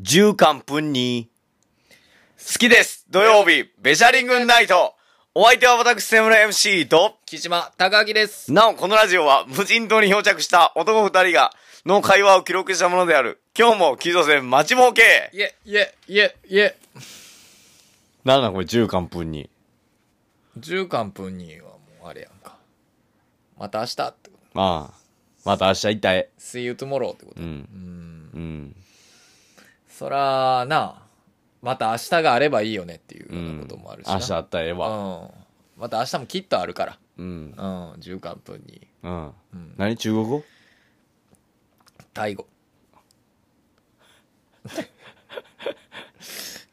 10巻分に。好きです土曜日、ベシャリングナイトお相手は私、セムラ MC と、木島高明です。なお、このラジオは無人島に漂着した男二人が、の会話を記録したものである。今日も、機動戦待ちぼうけいえ、いえ、いえ、いえ。なんだこれ10巻分に。 10巻分にはもうあれやんか。また明日ってこと。まあ、また明日一体。 See you tomorrow ってこと。うん。うん。そら、なあ、また明日があればいいよねっていううようなんこともあるしな。明日あったらええうわ。ん。また明日もきっとあるから。うん。うん、10巻分に。うん。何中国語タイ語。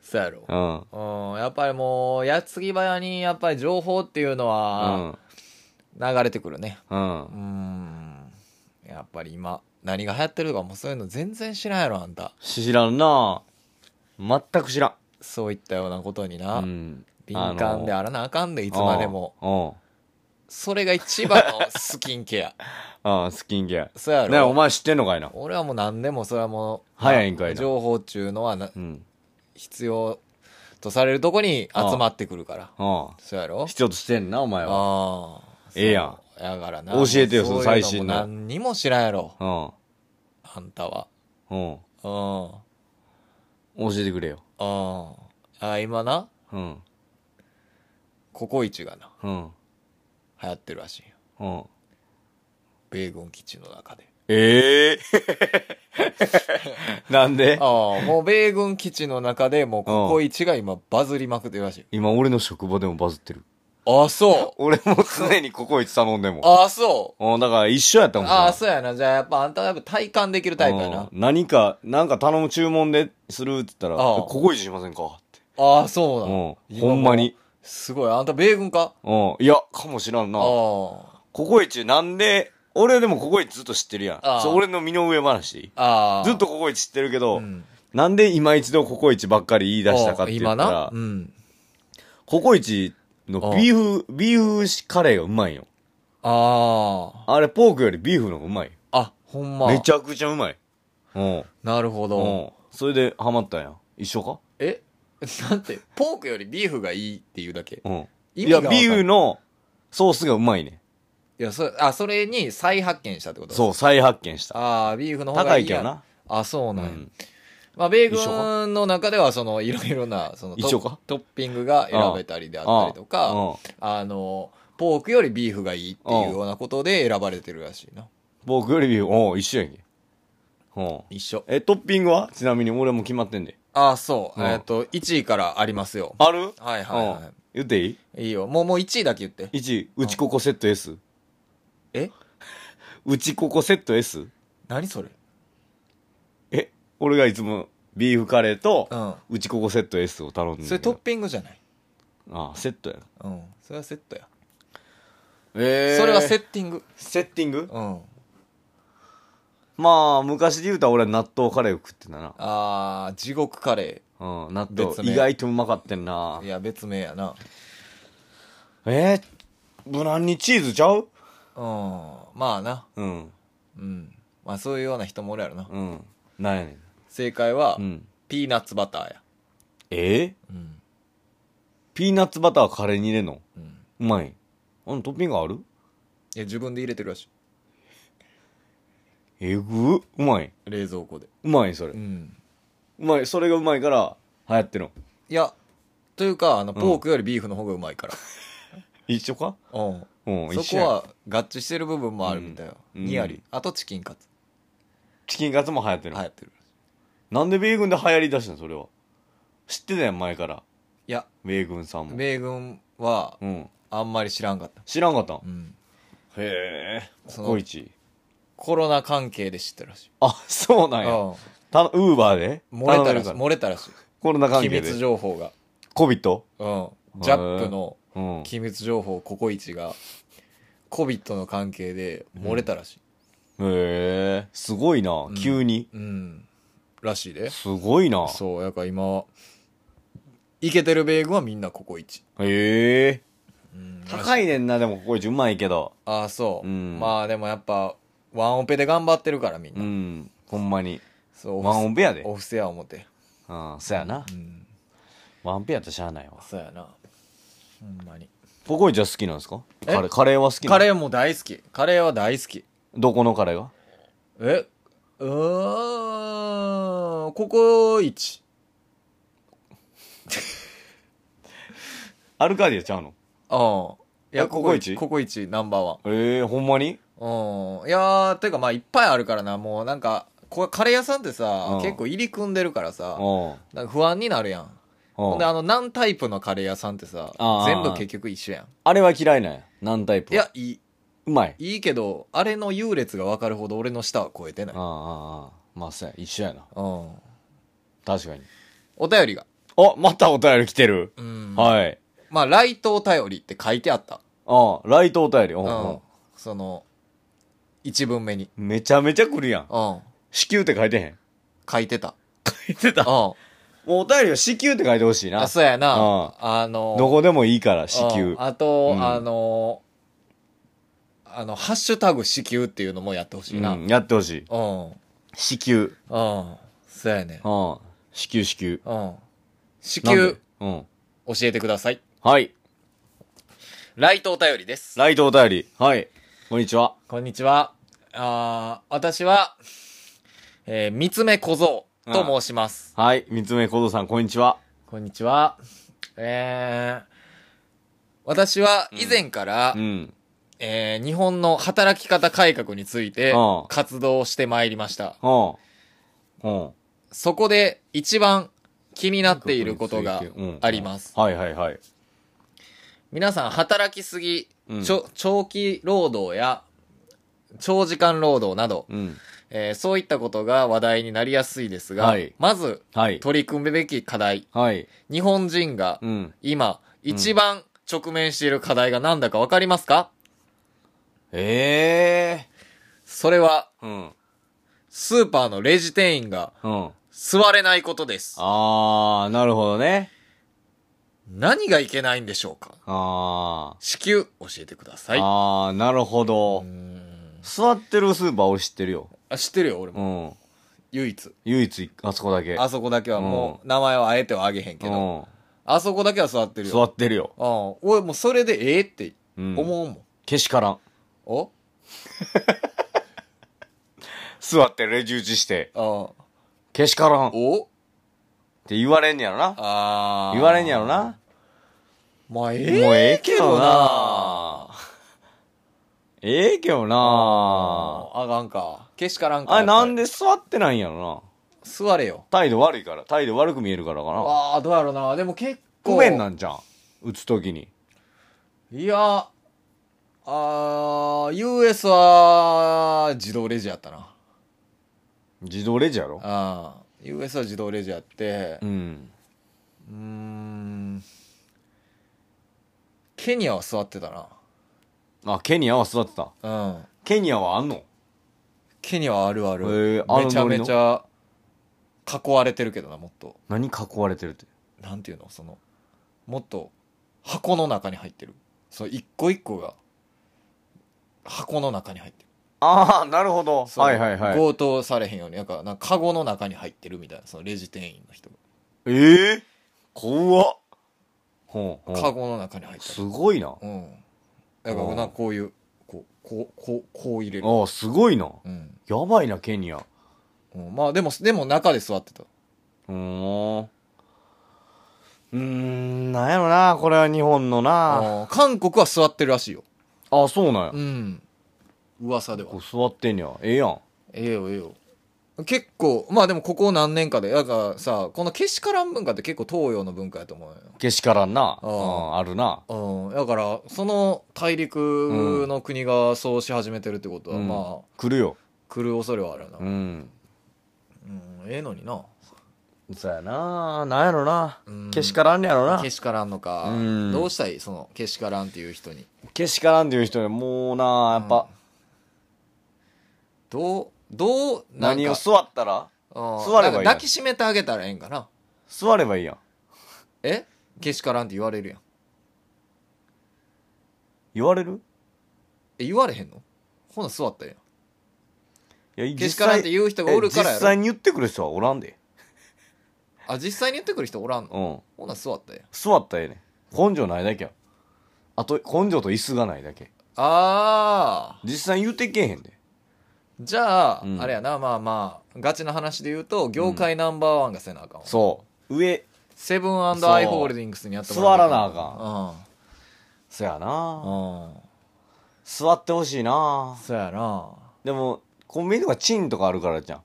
そうやろ。うん。うん、やっぱりもう、矢継ぎ早に、やっぱり情報っていうのは、流れてくるね。うん。う。うんーんやっぱり今何が流行ってるとかもうそういうの全然知らんやろあんた知らんな全く知らん。そういったようなことにな、うん。敏感でああらなあかんでいいつまでも。それが一番のスキンケ アうん。うん、スキンケア。そうやねろお前知ってんのかいな。俺はもう何でもそれはもう早いんかいな情報中のはなうん。必要とされるとこに集まってくるからうん。そうやろ必要としてんな、お前は。ああええやんそうやからな教えてよもそうのういう最新もの何にも知らんやろうん。あんたはうん。うん教えてくれよ。うんあ今なうん。ココイチがなうん。流行ってるらしいようん。米軍基地の中でええ なんでああもう米軍基地の中でもうココイチが今バズりまくってるらしい今俺の職場でもバズってる。ああそう俺も常にココイチ頼んでも。ああそううん、だから一緒やったもんああそうやなじゃあやっぱあんたはやっぱ体感できるタイプやなうん何か、何か頼む注文でするって言ったら、うんココイチしませんかって。ああそうなのうん。ほんまに。すごいあんた米軍かうん。いや、かもしらんあな。コあコイチなんで、俺でもココイチずっと知ってるやん。あそう俺の身の上話。ああずっとココイチ知ってるけど、うんなんで今一度ココイチばっかり言い出したかって言今ったならう、んココイチのビーフ、ビーフカレーがうまいよ。ああれ、ポークよりビーフの方がうまいよ。ああほんまめちゃくちゃうまい。うん。なるほうどん。それでハマったんや。一緒かえ なんてポークよりビーフがいいっていうだけうん。意い味がや、わかんないビーフのソースがうまいね。いやそあそれに再発見したってことそう、再発見した。ああ、ビーフの方高がいいいけやどんな。あ、そうなんや。うんまあ、米一緒軍の中では、その、いろいろな、そのト一緒かッ、トッピングが選べたりであったりとか、うんあの、ポークよりビーフがいいっていうようなことで選ばれてるらしいな。ポークよりビーフ、おう一緒やんけ。うん。一緒。え、トッピングはちなみに俺も決まってんで。ああ、そう。うんえっと、1位からありますよ。あるはいはいはうん言っていいい。いいよ。もう、もう1位だけ言って。 ?1、うちここセット S。えうちここセット S? 何それえ、俺がいつもビーフカレーと、うん。うちここセット S を頼んでんそれけトッど。ピングじゃない。ああ、セットやな。うん。それはセットや。えそれはセッッティング。セッティングうん。まあ、昔で言うたら俺は納豆カレーを食ってんだな。ああ、地獄カレうん、納豆別。名意外とうまかってんなー。い。や、別名やな。えー、無難にチーズちゃううん。まあな。うん、うん。まあそういうような人もおるやろな。うん。なんやねん。正解はう、ん。ピーナッツバターや。えーうん。ピーナッツバターカレーに入れんのうん。うまい。あのトッピングあるいや、自分で入れてるらしい。えぐうまい。冷蔵庫で。うまい、それ。う。うんまい。それがうまいから、流行ってるの。いや、というか、あの、ポークよりビーフの方がうまいから。一緒かうん。うん、一緒そこやんは合致してる部分もあるみたいよ。うんニアリうんあとチキンカツ。チキンカツも流行って流る。行ってるらしい。なんで米軍で流行り出したのそれは。知ってたやん、前から。いや、米軍さんも。米軍は、うん。あんまり知らんかった。知らんかったんうん。へえ。そコのコイチ。コロナ関係で知ってるらしい。あ、そうなんや。うん。たウーバーで漏れた頼めらるしい。から漏れたらしい。コロナ関機係で密。情報が。コビットうん。ジャップの、うん。へ機密情報ココイチがコビットの関係で漏れたらしいえ。すごいな。急に。うん、らしいですごいな。そうやから今イケてる米軍はみんなココイチへえ。高いねんな、でもココイチうまいけど。ああそう、うんまあでもやっぱワンオペで頑張ってるからみんうな、ん。ほんまに。そうワンオペやでオフセや思てうん、そやな。うんワンピやったらしゃあないわ。そうやなほんまにココイチは好きなんですかえカレーカレーは好きカーレーも大好きカレーは大好きどこのカレーがえうーんココイチアルカーディアちゃうのああいえココイチココイチナンバーワンええほんまにうん。いやー、てかまあいっぱいあるからな、もうなんか、こカレー屋さんってさ、うん結構入り組んでるからうん。さ、うんなんか不安になるやん。ほんであの、何タイプのカレー屋さんってさあ、ー全部結局一緒やん。あれは嫌いなんや。何タイプいや、いい、うまい。いいけど、あれの優劣が分かるほど俺の舌は超えてないあ。あ、ああ、まあ、そうや。一緒やな。うん。お確かに。便りが。あ、またお便り来てる。うん。はい。まあ、ライトお便りって書いてあった。ああ、ライトお便り。うんううんん。その、一文目に。めちゃめちゃ来るやん。うん。子宮って書いてへ ん。書いてた。書いて た。うもうお便りは子宮って書いてほしいん。なあ、。そうやな。うんあのどこでもいいから、子う宮ん。あと、うんあのあの「ハッシュタグ子宮」っていうのもやってほしいなううんん、やってほしい。うん、子宮。うん。そうやね子宮、子宮。うん子なん宮でうん。教えてくださいはい。ライトお便りですライトお便り。はい。こんにちは。こんにちはあー私は、えー、三つ目小僧と申しますはい。三つ目、小僧さん、こんにちは。こんにちはえー私は以前から、うん。えー日本の働き方改革についてうん活動してまいりました。うん。うん。そこで一番気になっていることがあります。はいはいはい。皆さん働きすぎ、うんちょ長期労働や長時間労働など、うん。えーそういったことが話題になりやすいですが、はいまずはい。取り組むべき課題、はい。日本人がうん。今一番直面している課題が何だかわかりますかええそれはうん。スーパーのレジ店員がうん。座れないことです。あー、なるほどね。何がいけないんでしょうかあ至急教えてくださー。い。あー、なるほど。座ってるスーパー俺知ってるよ。あ知ってるよ、俺もう。ん。唯一唯一、あそこだけ。あそこだけはもう名前はあえてはあげへんけうど、ん。あそこだけは座ってるよ座ってるよ。うん、俺もうそれでええってうん思うもん、けしからん。お座ってレジ打ちして、あおけしからん。ってお言われんやろな。ああ言われんやろな。まあえもうえええけけどどなな。 ええけどな。ああかんかけしからんかあれなんでで座ってないんやろな。座れよ態度悪いから。態度悪く見えるからかな。ああどうやろうなでも結構不便なんじゃん。打つときに。いやあー US は自動レジやったな自動レジやろああ US は自動レジやってうん。うーんケニアは座ってたなあ、ケニアは座ってた。うん。ケニアはあんのケニアはあるある。へえあのめちゃめちゃ囲われてるけどな、もっと。何囲われてるって。なんていうのその、もっと箱の中に入ってる。そう、一個一個が箱の中に入ってる。ああ、なるほど。そうはいはいはい。強盗されへんように、なんか、なんかカゴの中に入ってるみたいな、そのレジ店員の人ええ怖っ。ほうが。ほカう。ゴの中に入ってする。ごいな。うん。だから、なんかこういう、こう、こう、こう、こう入れる。ああ、すごいな。うん。やばいな、ケニア。うんまあ、でも、でも中で座ってた。うーん。うーん、なんやろな。これは日本のな。うん韓国は座ってるらしいよ。ああ、そうなんや。うん。噂ではこう。座ってんや。ええやん。ええよ、ええよ。結構、まあでもここ何年かで、だからさ、このけしからん文化って結構東洋の文化やと思うよ。けしからんな。うあーん、あるな。うん、だから、その大陸の国がそうし始めてるってことは、うんまあ、来るよ。来る恐れはあるよな。う、うんん。ええのにな。そうやな。なんやろなうん。けしからんやろなけ。しからんのか。うんどうしたいその、けしからんっていう人に。けしからんっていう人にもうな、やっぱ、どう、どう、なんか何を座ったらうん座ればいいやんなんか抱きしめてあげたらええんかな。座ればいいやん。えけしからんって言われるやん。言われるえ、言われへんのほな座ったらええやん。いや、けしからんって言う人がおるからやろえ実際に言ってくる人はおらんで。あ実際に言ってくる人おらんのうんほな座ったや座ったらええねん根性ないだけやあと根性と椅子がないだけあ実際言うてけえへんでーじゃあ、うんあれやなまあまあガチな話で言うと業界ナンバーワンがせなあかんわ、そう上セブンアイ・ホールディングスにやってもら座らなあそやかなんうんうん座ってほしいなそやなでもコンビニとかチンとかあるからじゃん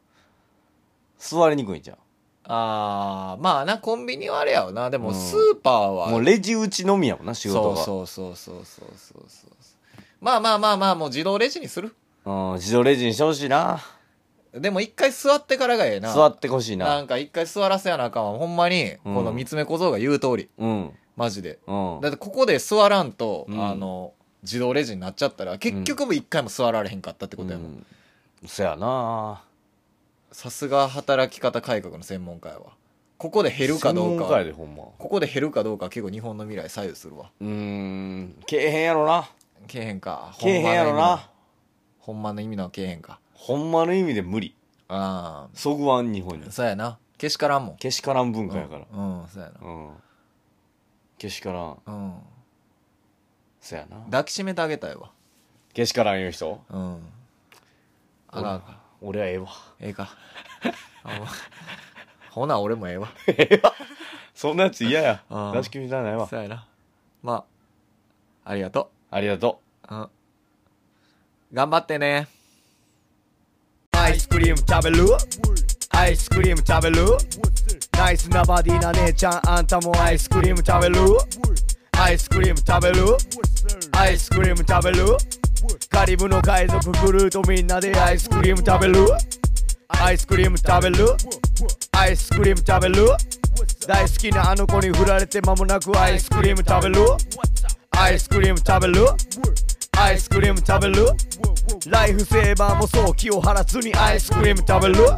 座りにくいんじゃんあーまあなコンビニはあれやわなでうもんスーパーは、もうレジ打ちのみやもんな仕事がそうそうそうそうそうそうそうまあまあまあまあもう自動レジにするうん自動レジにしてほしいなでも一回座ってからがええな座ってほしいななんか一回座らせやなあかんわほんまにうんこの三つ目小僧が言う通りうんマジでうんだってここで座らんと、うんあの自動レジになっちゃったら結局も一回も座られへんかったってことやもうんんそやなさすが働き方改革の専門家やわここで減るかどう専門家やかでほんまここで減るかどうか結構日本の未来左右するわうーんけえへんやろなけえへんかけえへんやろなほんまの意味のけえへんかほんまの意味で無理ああそぐわん日本にそうやなけしからんもんけしからん文化やからうん、うん、そうやうん、けしからんなうんそやな抱きしめてあげたいわけしからん言う人うんあらあかん俺はええわええかあお ほな俺もええわそんなやつ嫌やうん出し切りじゃないわ そうやなまあありがとありがとううん頑張ってねアイスクリーム食べるアイスクリーム食べるナイスなバディな姉ちゃんあんたもアイスクリーム食べるアイスクリーム食べるアイスクリーム食べるカリブの海賊クルーとみんなでアイスクリーム食べるアイスクリーム食べるアイスクリーム食べる大好きなあの子に振られて間もなくアイスクリーム食べるアイスクリーム食べるアイスクリーム食べるライフセーバーもそう気を張らずにアイスクリーム食べる